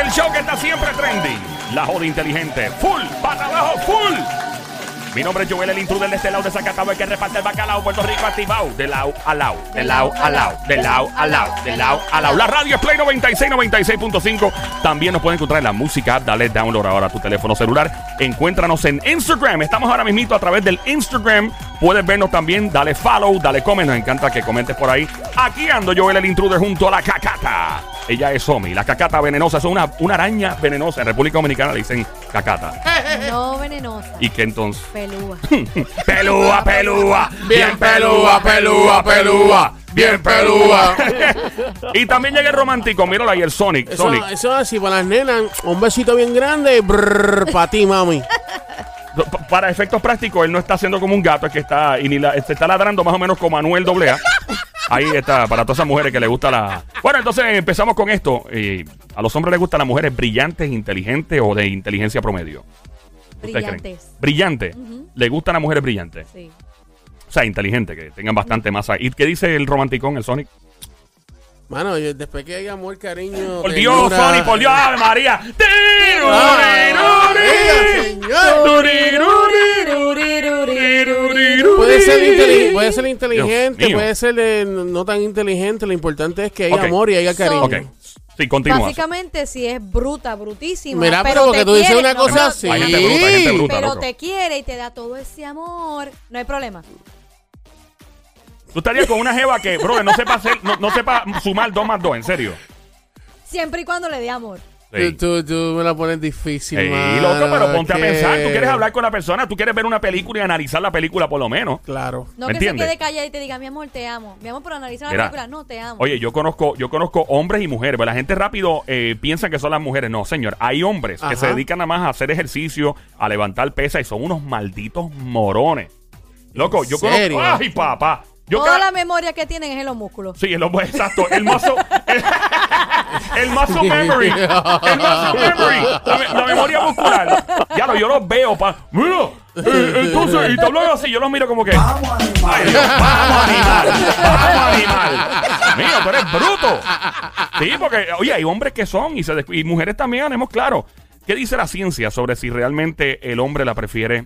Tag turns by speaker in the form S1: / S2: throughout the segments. S1: el show que está siempre trendy. La joda inteligente. Full, para abajo, full. Mi nombre es Joel, el intruder de este lado de Zacatau, el que reparte el bacalao, Puerto Rico activado. De lado a lado, de lado a lado, de lado a lado, de lado a lado. La radio es Play 96, 96.5. También nos pueden encontrar en la música. Dale download ahora a tu teléfono celular. Encuéntranos en Instagram. Estamos ahora mismito a través del Instagram. Puedes vernos también. Dale follow, dale comment. Nos encanta que comentes por ahí. Aquí ando Joel, el intruder, junto a la cacata. Ella es Somi. La cacata venenosa. Es una, una araña venenosa. En República Dominicana le dicen cacata.
S2: No venenosa.
S1: ¿Y qué entonces?
S2: Pelúa.
S1: Pelúa, pelúa, bien pelúa, pelúa, pelúa, bien pelúa. y también llega el romántico, míralo ahí, el Sonic,
S3: Eso,
S1: Sonic.
S3: eso es así, para las nenas, un besito bien grande, brrr, para ti, mami.
S1: Pa- Para efectos prácticos, él no está haciendo como un gato, es que está, y ni la- se está ladrando más o menos como Anuel doblea. Ahí está, para todas esas mujeres que les gusta la... Bueno, entonces empezamos con esto. Eh, a los hombres les gustan las mujeres brillantes, inteligentes o de inteligencia promedio. ¿Ustedes creen?
S2: Brillantes.
S1: Brillante. Le gustan las mujeres brillantes.
S2: Sí.
S1: O sea, inteligentes, que tengan bastante masa. ¿Y qué dice el romanticón, el Sonic?
S3: Mano, yo- después que hay amor, cariño.
S1: Por Dios,
S3: ternura-
S1: Sony, por Dios, Ave María.
S3: Ah, venga, señor. Puede ser, inteli- puede ser inteligente,
S1: mío.
S3: puede ser eh, no tan inteligente. Lo importante es que hay
S1: Ok.
S3: amor y haya cariño.
S1: Ok. Sí, continúa.
S2: Básicamente, si es bruta, brutísima.
S3: Mira, pero
S2: pero
S3: porque
S2: te
S3: tú dices
S2: quiere,
S3: una
S2: no,
S3: cosa
S2: no,
S3: así.
S1: Hay gente bruta, hay gente bruta,
S2: Pero
S1: loco.
S2: te quiere y te da todo ese amor. No hay problema.
S1: Tú estarías con una jeva que, bro, no sepa, hacer, no, no sepa sumar dos más dos, en serio.
S2: Siempre y cuando le dé amor.
S1: Sí.
S3: Tú, tú- tú me la pones difícil,
S1: Ey,
S3: mano,
S1: loco, pero ponte a
S3: que-
S1: pensar. Tú quieres hablar con la persona, tú quieres ver una película y analizar la película por lo menos.
S3: Claro.
S2: No
S1: ¿Me
S2: que
S1: entiendes?
S2: se quede callada y te diga, mi amor, te amo. Mi amor, por analizar la
S1: Mira,
S2: película, no te amo.
S1: Oye, yo conozco, yo conozco hombres y mujeres, pero la gente rápido eh, piensa que son las mujeres. No, señor, hay hombres que
S3: Ajá.
S1: se dedican nada más a hacer ejercicio, a levantar pesa y son unos malditos morones. Loco,
S3: ¿En
S1: yo conozco.
S3: serio?
S1: ¡Ay, papá! Yo ca-
S2: Toda la memoria que tienen es en los músculos.
S1: Sí, el hombre, exacto. El muscle. El, el muscle memory. El muscle memory. La, me- la memoria muscular. Ya lo, yo los veo, pa. Mira. eh, entonces, y te hablan así, yo los miro como que. Vamos, animal. vamos, animal. Vamos, animal. Mío, tú eres bruto. Sí, porque, oye, hay hombres que son y, se descu- y mujeres también, tenemos claro. ¿Qué dice la ciencia sobre si realmente el hombre la prefiere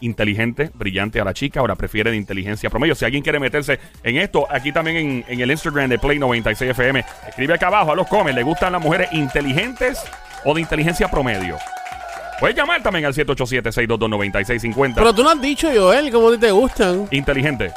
S1: inteligente, brillante a la chica, ahora prefiere de inteligencia promedio. Si alguien quiere meterse en esto, aquí también en, en el Instagram de Play96FM, escribe acá abajo a los comen, ¿le gustan las mujeres inteligentes o de inteligencia promedio? Puedes llamar también al 787-622-9650.
S3: Pero tú no has dicho, Joel, cómo a ti te gustan.
S1: Inteligente.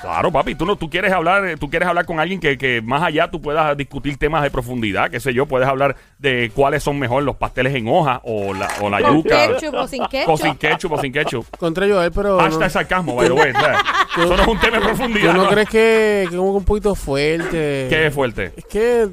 S1: Claro, papi, tú no, tú quieres hablar, eh, tú quieres hablar con alguien que, que más allá tú puedas discutir temas de profundidad, qué sé yo, puedes hablar de cuáles son mejor los pasteles en hoja o la, o la
S2: Con
S1: yuca.
S2: ketchup o sin ketchup.
S1: O sin ketchup o sin ketchup.
S3: Contra Joel, pero. no-
S1: Hashtag sarcasmo, by the way. o sea, Eso no es un tema de profundidad.
S3: ¿Tú no
S1: ¿no?
S3: crees que, que como que un poquito fuerte?
S1: que es fuerte?
S3: Es que,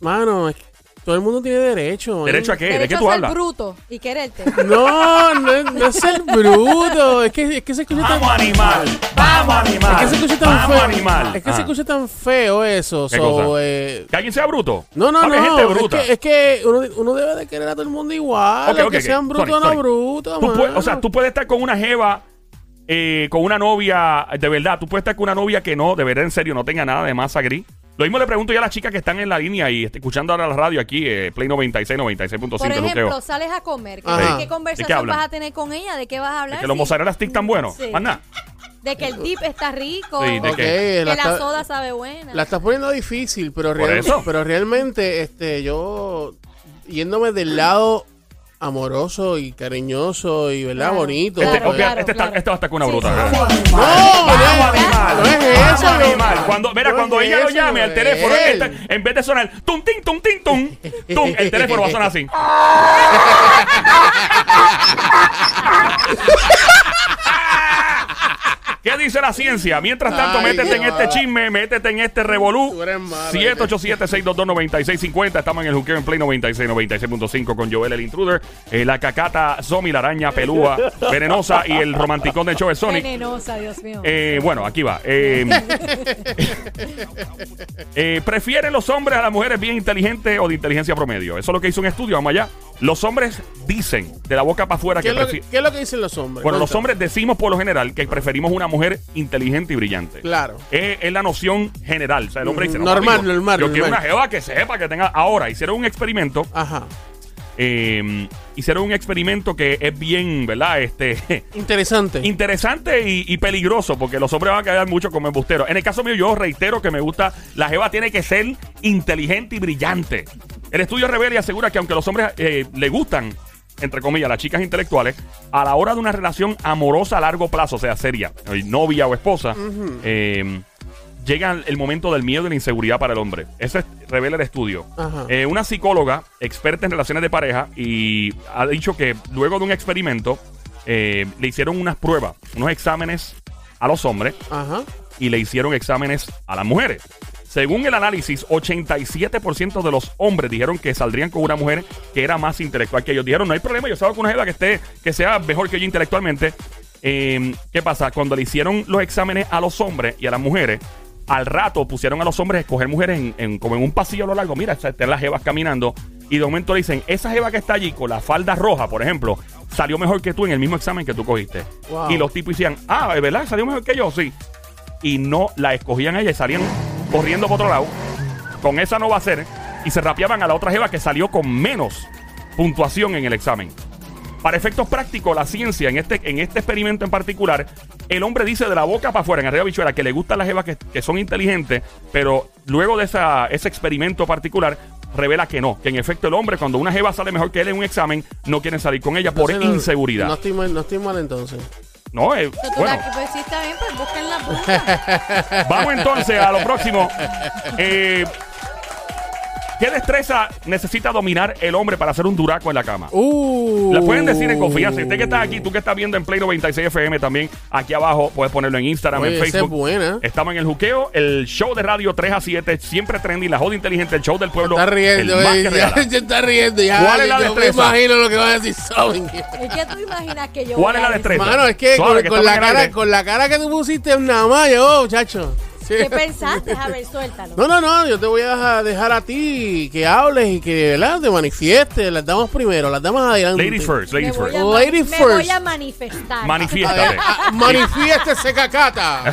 S3: mano, es que todo el mundo tiene derecho. ¿eh?
S1: ¿Derecho a qué? ¿De
S2: Derecho
S1: qué
S2: a
S1: tú
S2: ser
S1: hablas?
S2: bruto y quererte.
S3: No, no, es- no es ser bruto. Es que, es que se escucha tan...
S1: Vamos animal, vamos animal.
S3: Es que se escucha tan
S1: vamos
S3: feo.
S1: animal.
S3: Es que se
S1: Ajá.
S3: escucha tan feo eso.
S1: ¿Qué
S3: so,
S1: cosa?
S3: eh,
S1: Que alguien sea bruto.
S3: no, no,
S1: Papi, hay gente
S3: no. Es
S1: bruta.
S3: que, es que uno, uno debe de querer a todo el mundo igual.
S1: Ok, ok,
S3: que
S1: ok.
S3: sean brutos
S1: Sorry,
S3: o no
S1: sorry.
S3: brutos.
S1: Tú
S3: mano.
S1: puedes- o sea, tú puedes estar con una jeva, eh, con una novia, de verdad, tú puedes estar con una novia que no, de verdad, en serio, no tenga nada de masa gris. Lo mismo le pregunto yo a las chicas que están en la línea y este, escuchando ahora la radio aquí, eh, Play 96, 96.5,
S2: Por
S1: Luqueo.
S2: ejemplo, sales a comer. ¿qué-
S3: Ajá.
S2: ¿De
S3: ¿De
S2: qué
S3: qué
S2: conversación
S1: hablan?
S2: vas a tener con ella? ¿De qué vas a hablar?
S1: De que los
S2: Sí.
S1: mozzarella stick tan buenos.
S2: Sí.
S1: Más nada.
S2: De que el dip está rico.
S1: Sí, de
S3: Ok,
S1: que-
S2: que
S3: Eh, la
S2: la,
S3: está-
S2: soda sabe buena.
S3: La estás poniendo difícil, pero,
S1: Por
S3: real-
S1: eso.
S3: pero realmente este, yo yéndome del lado amoroso y cariñoso y ¿verdad?
S2: Claro,
S3: bonito.
S1: Este,
S2: Claro,
S1: obvia-
S2: claro,
S1: este, está-
S2: claro.
S1: este va a estar con una
S2: Sí,
S1: bruta.
S2: sí,
S1: ¿verdad?
S2: sí.
S3: No, no,
S1: Vamos, animal.
S3: no es
S1: Vamos,
S3: eso. no.
S1: animal. Cuando, mira,
S3: No
S1: cuando
S3: es
S1: ella lo
S3: eso,
S1: llame al
S3: Joel.
S1: teléfono, este- en vez de sonar tum, tin, tum, tin, tum, tum, el teléfono va a sonar así. ¿Qué dice la ciencia? Mientras tanto,
S3: Ay,
S1: métete en
S3: Dios.
S1: este chisme, métete en este revolú.
S3: Tú eres malo,
S1: 787-622-9650. Estamos en el juqueo en Play 96, 96.5 con Joel el Intruder, eh, la cacata Zombie, la araña pelúa, venenosa y el romanticón de Chover Sonic.
S2: Venenosa, Dios mío.
S1: Eh, bueno, aquí va. Eh, eh, ¿Prefieren los hombres a las mujeres bien inteligentes o de inteligencia promedio? Eso es lo que hizo un estudio, vamos allá. Los hombres dicen, de la boca para afuera,
S3: ¿Qué
S1: que,
S3: es, lo
S1: Ah, prefi-
S3: que, qué es lo que dicen los hombres?
S1: Bueno, los
S3: Cuenta.
S1: hombres decimos por lo general que preferimos una mujer inteligente y brillante.
S3: Claro.
S1: Es, es la noción general. O sea, el hombre dice, no,
S3: Normal,
S1: papi,
S3: normal,
S1: Yo quiero una
S3: normal.
S1: jeva que sepa, que tenga. Ahora, hicieron un experimento.
S3: Ajá.
S1: eh, hicieron un experimento que es bien, ¿verdad? Este.
S3: Interesante.
S1: Interesante y, y peligroso, porque los hombres van a quedar mucho como embusteros. En el caso mío, yo reitero que me gusta, la jeva tiene que ser inteligente y brillante. El estudio revela y asegura que aunque los hombres eh, le gustan, entre comillas, las chicas intelectuales, a la hora de una relación amorosa a largo plazo, o sea, seria, eh, novia o esposa, eh, llega el momento del miedo y la inseguridad para el hombre. Eso es- revela el estudio.
S3: Ajá.
S1: Eh, una psicóloga, experta en relaciones de pareja, y ha dicho que luego de un experimento eh, le hicieron unas pruebas, unos exámenes a los hombres
S3: Ajá.
S1: y le hicieron exámenes a las mujeres. Según el análisis, 87% de los hombres dijeron que saldrían con una mujer que era más intelectual que ellos. Dijeron, no hay problema, yo salgo con una jeva que, esté, que sea mejor que yo intelectualmente. Eh, ¿Qué pasa? Cuando le hicieron los exámenes a los hombres y a las mujeres, al rato pusieron a los hombres a escoger mujeres en, en- como en un pasillo a lo largo. Mira, están las jevas caminando. Y de momento le dicen, esa jeva que está allí con la falda roja, por ejemplo, salió mejor que tú en el mismo examen que tú cogiste.
S3: Wow.
S1: Y los tipos decían, ah, ¿es verdad? ¿Salió mejor que yo? Sí y no la escogían a ella y salían corriendo por otro lado. Con esa no va a ser. ¿eh? Y se rapeaban a la otra jeva que salió con menos puntuación en el examen. Para efectos prácticos, la ciencia, en este, en este experimento en particular, el hombre dice de la boca para afuera, en arriba bichuela, que le gustan las jevas que, que son inteligentes, pero luego de esa, ese experimento particular, revela que no, que en efecto el hombre, cuando una jeva sale mejor que él en un examen, no quieren salir con ella por
S3: Entonces, no-
S1: inseguridad.
S3: No
S1: No,
S3: estoy mal, no estoy mal entonces.
S1: eh,
S2: Total,
S1: bueno.
S2: pues sí está bien, pues busquen la punta.
S1: Vamos entonces a lo próximo. Eh, ¿Qué destreza necesita dominar el hombre para hacer un duraco en la cama?
S3: Uh.
S1: La pueden decir en confianza. Y Usted que está aquí, tú que estás viendo en Play 96 FM también, aquí abajo, puedes ponerlo en Instagram,
S3: Oye,
S1: en
S3: esa es
S1: Facebook.
S3: buena.
S1: Estamos en el juqueo, el show de radio 3 a 7, siempre trendy, la joda inteligente, el show del pueblo.
S3: Está riendo,
S1: el más que
S3: eh, ya,
S1: regala.
S3: ya está riendo. Ya,
S1: ¿Cuál es la
S3: yo me
S1: destreza?
S3: imagino lo que van a decir. Saben.
S2: ¿Y qué tú imaginas que yo
S1: ¿Cuál
S2: voy
S1: es la
S2: a decir?
S1: destreza?
S3: Mano, es que,
S1: Suave,
S3: con,
S1: que
S3: con
S1: estamos
S3: la
S1: en
S3: cara,
S1: aire.
S3: con la cara que tú pusiste nada más, yo, muchacho. Sí.
S2: ¿Qué pensaste? A ver, suéltalo.
S3: No, no, no, yo te voy a dejar a ti que hables y que ¿verdad? te manifiestes. Las damas primero, las damas adelante.
S1: Ladies first,
S2: Me
S1: ladies
S2: voy,
S1: first.
S2: a,
S3: Lady
S2: me
S3: first.
S2: voy a manifestar.
S1: Manifiéstate.
S3: Ah, Manifiéstese, cacata.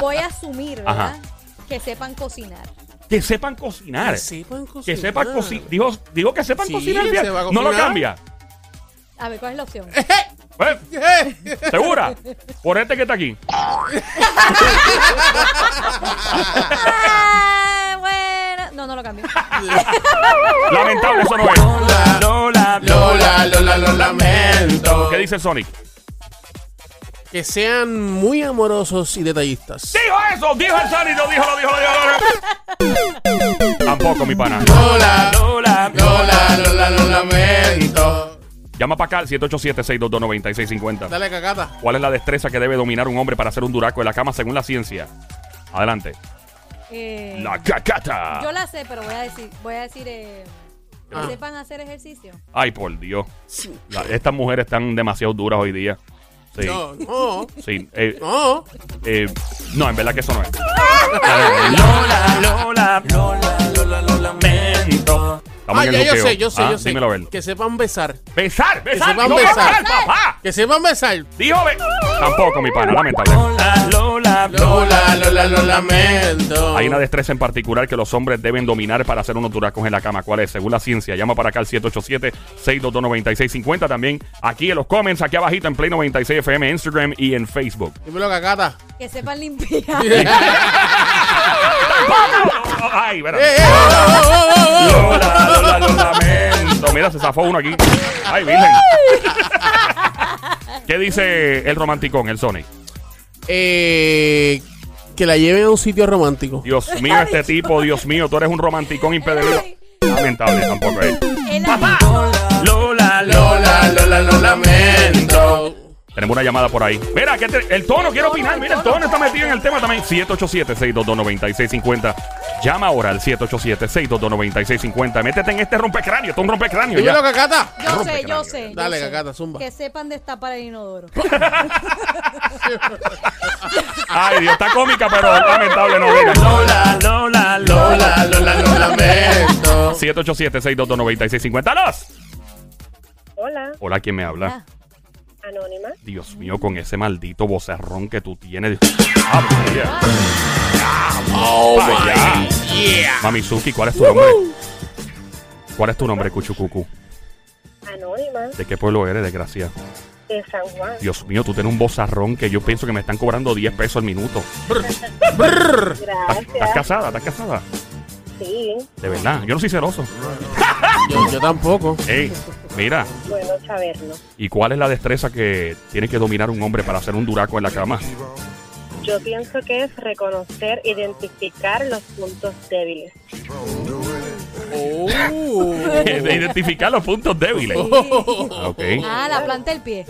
S2: Voy a asumir,
S1: Ajá.
S2: ¿verdad? Que sepan cocinar.
S1: Que sepan cocinar.
S3: sepan
S1: Que
S3: cocinar.
S1: sepan cocinar. Dijo, dijo que sepan
S3: Sí,
S1: cocinar
S3: se
S1: bien.
S3: va a
S1: No lo
S3: cocinar.
S1: cambia.
S2: A ver, ¿cuál es la opción?
S1: Eh, ¿Segura? Por este que está aquí.
S2: Ah, bueno. No, no lo cambio.
S1: Lamentable, eso no es.
S3: Lola,
S1: Lola,
S3: Lola, Lola, lo lamento.
S1: ¿Qué dice Sonic?
S3: Que sean muy amorosos y detallistas.
S1: ¡Dijo eso! ¡Dijo el Sonic! ¡Lo dijo, lo dijo, lo dijo! lo- Tampoco, mi pana.
S3: Lola,
S1: Lola,
S3: Lola, Lola, lo lamento.
S1: Llama para acá al 787-622-9650.
S3: Dale, cacata.
S1: ¿Cuál es la destreza que debe dominar un hombre para hacer un duraco en la cama según la ciencia? Adelante.
S2: Eh,
S1: La cacata.
S2: Yo la sé, pero voy a decir, voy a decir, eh, que
S3: Ah.
S2: sepan hacer ejercicio.
S1: Ay, por Dios. La- estas mujeres están demasiado duras hoy día. Sí.
S3: No, no,
S1: Sí. Eh,
S3: no.
S1: Eh, no, en verdad que eso no es. Lola, Lola, Lola, Lola, lo lamento. Estamos
S3: Ah,
S1: en
S3: ya
S1: el
S3: yo
S1: juqueo.
S3: sé, yo sé,
S1: Ah,
S3: yo sé.
S1: Dímelo a ver.
S3: Que sepan besar.
S1: Besar, besar,
S3: sepan
S1: dijo
S3: besar.
S1: papá.
S3: Que sepan besar.
S1: Dijo be- Tampoco, mi pana, lamentable. Lola,
S3: Lola, Lola, lo lamento.
S1: Hay una destreza en particular que los hombres deben dominar para hacer unos turacos en la cama. ¿Cuál es? Según la ciencia, llama para acá al 787-622-9650. También aquí en los comments, aquí abajito en Play 96 FM, Instagram y en Facebook.
S3: Dímelo, cacata.
S2: Que sepan limpiar.
S1: Ay, espérate.
S3: Eh, eh, oh, oh, oh, oh, oh.
S1: Lola, Lola, lo lamento. Mira, se zafó uno aquí. Ay, virgen. ¿Qué dice el romanticón, el Sonic?
S3: Eh, que la lleven a un sitio romántico.
S1: Dios mío, este tipo, Dios mío, tú eres un romanticón impedernido.
S2: Ay.
S1: Lamentable, tampoco es.
S2: Él
S1: Papá. Lola,
S3: Lola, lo lamento.
S1: Tenemos una llamada por ahí. Mira, que te- el tono, quiero opinar. Mira, el tono está metido en el tema también. 787-622-9650. Llama ahora al 787-622-9650. Métete en este rompecráneo. Esto es un rompecráneo. ya.
S3: Dímelo, cacata.
S2: Yo
S1: Rompe,
S2: sé,
S1: cráneo.
S2: yo sé. yo
S3: Dale,
S2: sé.
S3: Cacata, zumba.
S2: Que sepan destapar el inodoro.
S1: Ay, Dios, está cómica, pero lamentable no. venga. Lola, Lola, Lola.
S3: Lola, lo lamento.
S1: 787-622-9650. ¡Los!
S4: Hola,
S1: Hola, ¿quién me habla?
S2: Ah,
S4: anónima.
S1: Dios mío, con ese maldito vocerrón que tú tienes. Ah, María.
S3: Oh,
S1: my Mamizuki, ¿cuál es tu nombre? ¿Cuál es tu nombre, Cuchucucu?
S4: Anónima
S1: ¿De qué pueblo eres, desgracia?
S4: de San Juan.
S1: Dios mío, tú tienes un vozarrón que yo pienso que me están cobrando 10 pesos al minuto. ¿Estás, estás
S4: Gracias.
S1: casada? ¿Estás casada?
S4: Sí.
S1: De verdad, yo no soy celoso.
S3: Yo, yo tampoco.
S1: Ey, mira,
S4: Bueno, saberlo.
S1: ¿y cuál es la destreza que tiene que dominar un hombre para hacer un duraco en la cama?
S4: Yo pienso que es reconocer, identificar los puntos débiles.
S3: Oh.
S1: De identificar los puntos débiles. Ok.
S2: Ah, la planta del pie.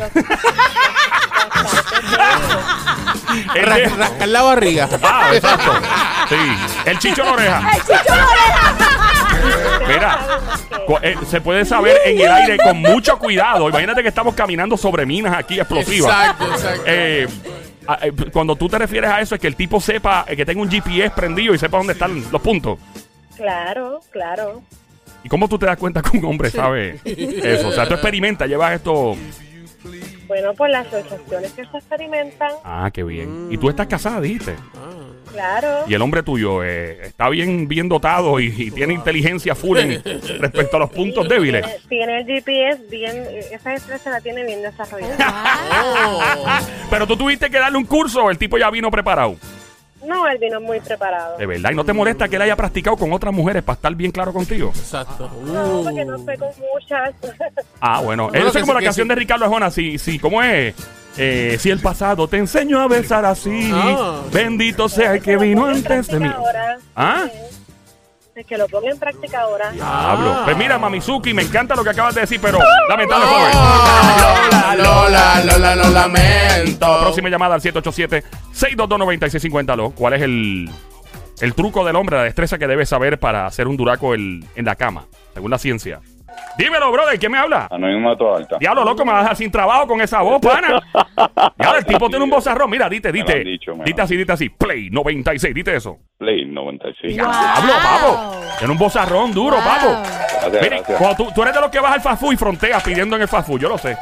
S1: El
S3: Ra-
S1: de-
S3: rascar la barriga.
S1: Ah, exacto. Sí. El chicho en la oreja.
S2: ¡Ay, chicho, la oreja!
S1: Mira, cu- eh, se puede saber en el aire con mucho cuidado. Imagínate que estamos caminando sobre minas aquí explosivas.
S3: Exacto, exacto.
S1: Eh, a- eh, cuando tú te refieres a eso es que el tipo sepa eh, que tenga un GPS prendido y sepa dónde están los puntos.
S4: Claro, claro.
S1: ¿Y cómo tú te das cuenta que un hombre sabe eso? O sea, tú experimentas, llevas esto.
S4: Bueno, por las sensaciones que se experimentan,
S1: Ah, qué bien. Y tú estás casada, dijiste.
S4: claro.
S1: Y el hombre tuyo eh, está bien, bien dotado y, y tiene inteligencia full en- respecto a los puntos débiles.
S4: Tiene, Eh, tiene el GPS bien, esa destreza la tiene bien desarrollada.
S2: Ah,
S1: Pero tú tuviste que darle un curso, el tipo ya vino preparado.
S4: No, él vino muy preparado.
S1: De verdad, y no te molesta que él haya practicado con otras mujeres para estar bien claro contigo.
S3: Exacto.
S4: Ah, No, porque no fue con muchas.
S1: Ah, bueno,
S3: Bueno,
S1: eso
S3: que
S1: es como
S3: sí,
S1: la
S3: que
S1: canción
S3: sí.
S1: de Ricardo Arjona, sí, sí, ¿cómo es? Eh, si el pasado te enseño a besar así,
S3: Ah.
S1: bendito sea el que
S4: lo
S1: vino
S4: ponga en
S1: antes de mí.
S4: práctica ahora.
S1: ¿Ah?
S4: Es que lo ponga en práctica ahora.
S1: Hablo. Pues mira, Mamizuki, me encanta lo que acabas de decir, pero lamentable
S3: Ah. No,
S1: joven.
S3: Lola, Lola, Lola, lo
S1: La
S3: lamento.
S1: próxima llamada al 787-622-9650. Lo- ¿Cuál es el, el truco del hombre, la destreza que debe saber para hacer un duraco el- en la cama, según la ciencia? Dímelo, brother, ¿quién me habla?
S5: Anónimo Mato Alta.
S1: Diablo, loco, me vas a dejar sin trabajo con esa voz, pana. Diablo, el tipo tiene un bozarrón. Mira, dite,
S5: Me lo
S1: dite.
S5: han dicho, me lo
S1: Dite
S5: han
S1: así, dite así. Play 96, dite eso.
S5: Play 96.
S2: Wow.
S1: Diablo, papo. Tiene un bozarrón duro,
S2: Wow.
S1: papo.
S5: Gracias,
S1: Mire,
S5: gracias.
S1: cuando tú, tú eres de los que vas al fafú y fronteas pidiendo en el fafú, yo lo sé.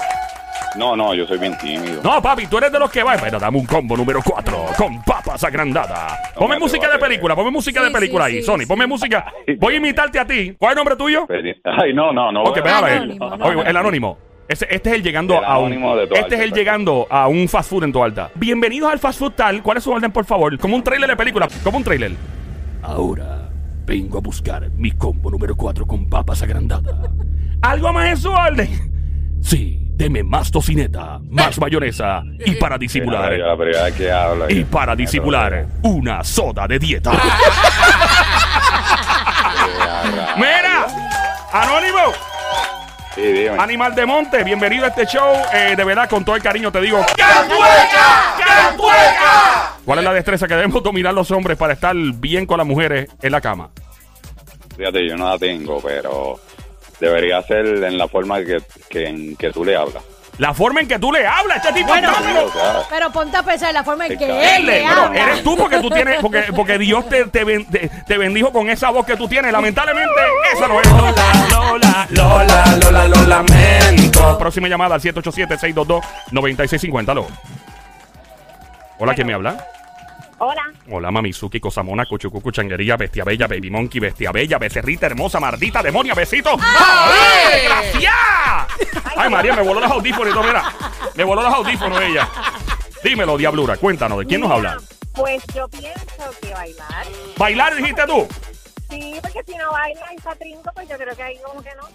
S5: No, no, yo soy bien tímido.
S1: No, papi, tú eres de los que vas. Pero dame un combo número 4 con papas agrandadas. Ponme
S5: Tómate,
S1: música de
S5: vale.
S1: película, ponme música
S2: Sí,
S1: de película
S2: sí,
S1: ahí,
S2: sí,
S1: Sony.
S2: sí.
S1: Ponme música.
S5: Ay,
S1: Voy a
S5: Dios.
S1: imitarte a ti. ¿Cuál es el nombre tuyo?
S5: Pero- Ay, no, no, no.
S1: Ok,
S5: voy a-
S1: ven a ver.
S2: Anónimo,
S1: Oye, el anónimo. Ese- este es el llegando
S5: El
S1: a un.
S5: anónimo de tu
S1: Este es
S5: alta,
S1: el llegando a un fast food en tu alta. Bienvenidos al fast food tal. ¿Cuál es su orden, por favor? Como un trailer de película. Como un trailer. Ahora vengo a buscar mi combo número 4 con papas agrandadas. ¿Algo más en su orden? Eh. Sí, deme más tocineta, más mayonesa y para
S5: Ay,
S1: disimular. eh.
S5: la primera que habla.
S1: Y para disimular, una soda de dieta. ¡Mira! ¡Anónimo!
S5: Sí, dime.
S1: Animal de Monte, bienvenido a este show. Eh, de verdad, con todo el cariño te digo: ¡Cantueca! ¡Cantueca! ¿Cuál es la destreza que debemos dominar los hombres para estar bien con las mujeres en la cama?
S5: Fíjate, yo no la tengo, pero debería ser en la forma que, que, en que tú le hablas.
S1: La forma en que tú le hablas, este tipo
S2: Bueno.
S1: está,
S5: Sí, o
S1: pero-
S5: sea,
S2: Pero ponte a pensar en la forma en que él
S1: Dele,
S2: le
S1: pero
S2: habla.
S1: eres tú porque tú tienes, porque, porque Dios te, te, ben- te- te bendijo con esa voz que tú tienes. Lamentablemente, esa no es. Lola, Lola, Lola, Lola, lo lamento. Próxima llamada al 787-622-9650. Aló. Hola, ¿quién me habla?
S4: Hola.
S1: Hola, Mamizuki, Cosamona, Cuchucucu, Changuería, Bestia Bella, Baby Monkey, Bestia Bella, Becerrita Hermosa, Mardita, Demonia, Besito. ¡Ay, desgraciada! Ay, María, me voló los audífonos y todo, mira. Me voló los audífonos ella. Dímelo, Diablura, cuéntanos, ¿de quién nos
S4: Mira,
S1: habla?
S4: Pues yo pienso que bailar.
S1: ¿Bailar dijiste tú?
S4: Sí, porque si no baila y patrinco, pues yo creo que ahí como que no.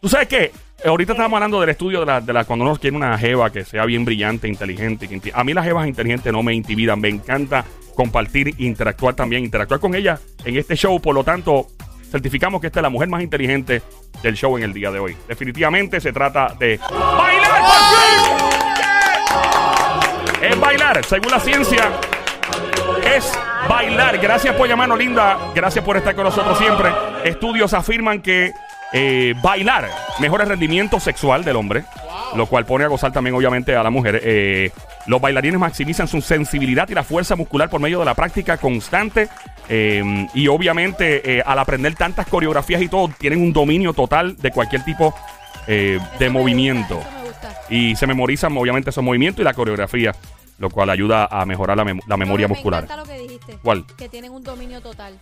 S1: ¿Tú sabes qué? Eh, Ahorita estábamos hablando del estudio de la, de la cuando uno quiere una jeva que sea bien brillante, inteligente. que inti- a mí las jevas inteligentes no me intimidan, me encanta compartir, interactuar también, interactuar con ellas en este show. Por lo tanto, certificamos que esta es la mujer más inteligente del show en el día de hoy. Definitivamente se trata de bailar. por fin! Es bailar, según la ciencia. Es bailar. Gracias por llamarnos, linda. Gracias por estar con nosotros siempre. Estudios afirman que eh, bailar mejora el rendimiento sexual del hombre, lo cual pone a gozar también, obviamente, a la mujer. Eh, los bailarines maximizan su sensibilidad y la fuerza muscular por medio de la práctica constante. eh, y obviamente, eh, al aprender tantas coreografías y todo, tienen un dominio total de cualquier tipo eh,
S2: Eso
S1: de
S2: me
S1: movimiento.
S2: gusta, eso me gusta.
S1: y se memorizan obviamente esos movimientos y la coreografía, lo cual ayuda a mejorar la, mem- la memoria
S2: Me
S1: muscular.
S2: encanta lo que dijiste.
S1: ¿Cuál?
S2: Que tienen un dominio total.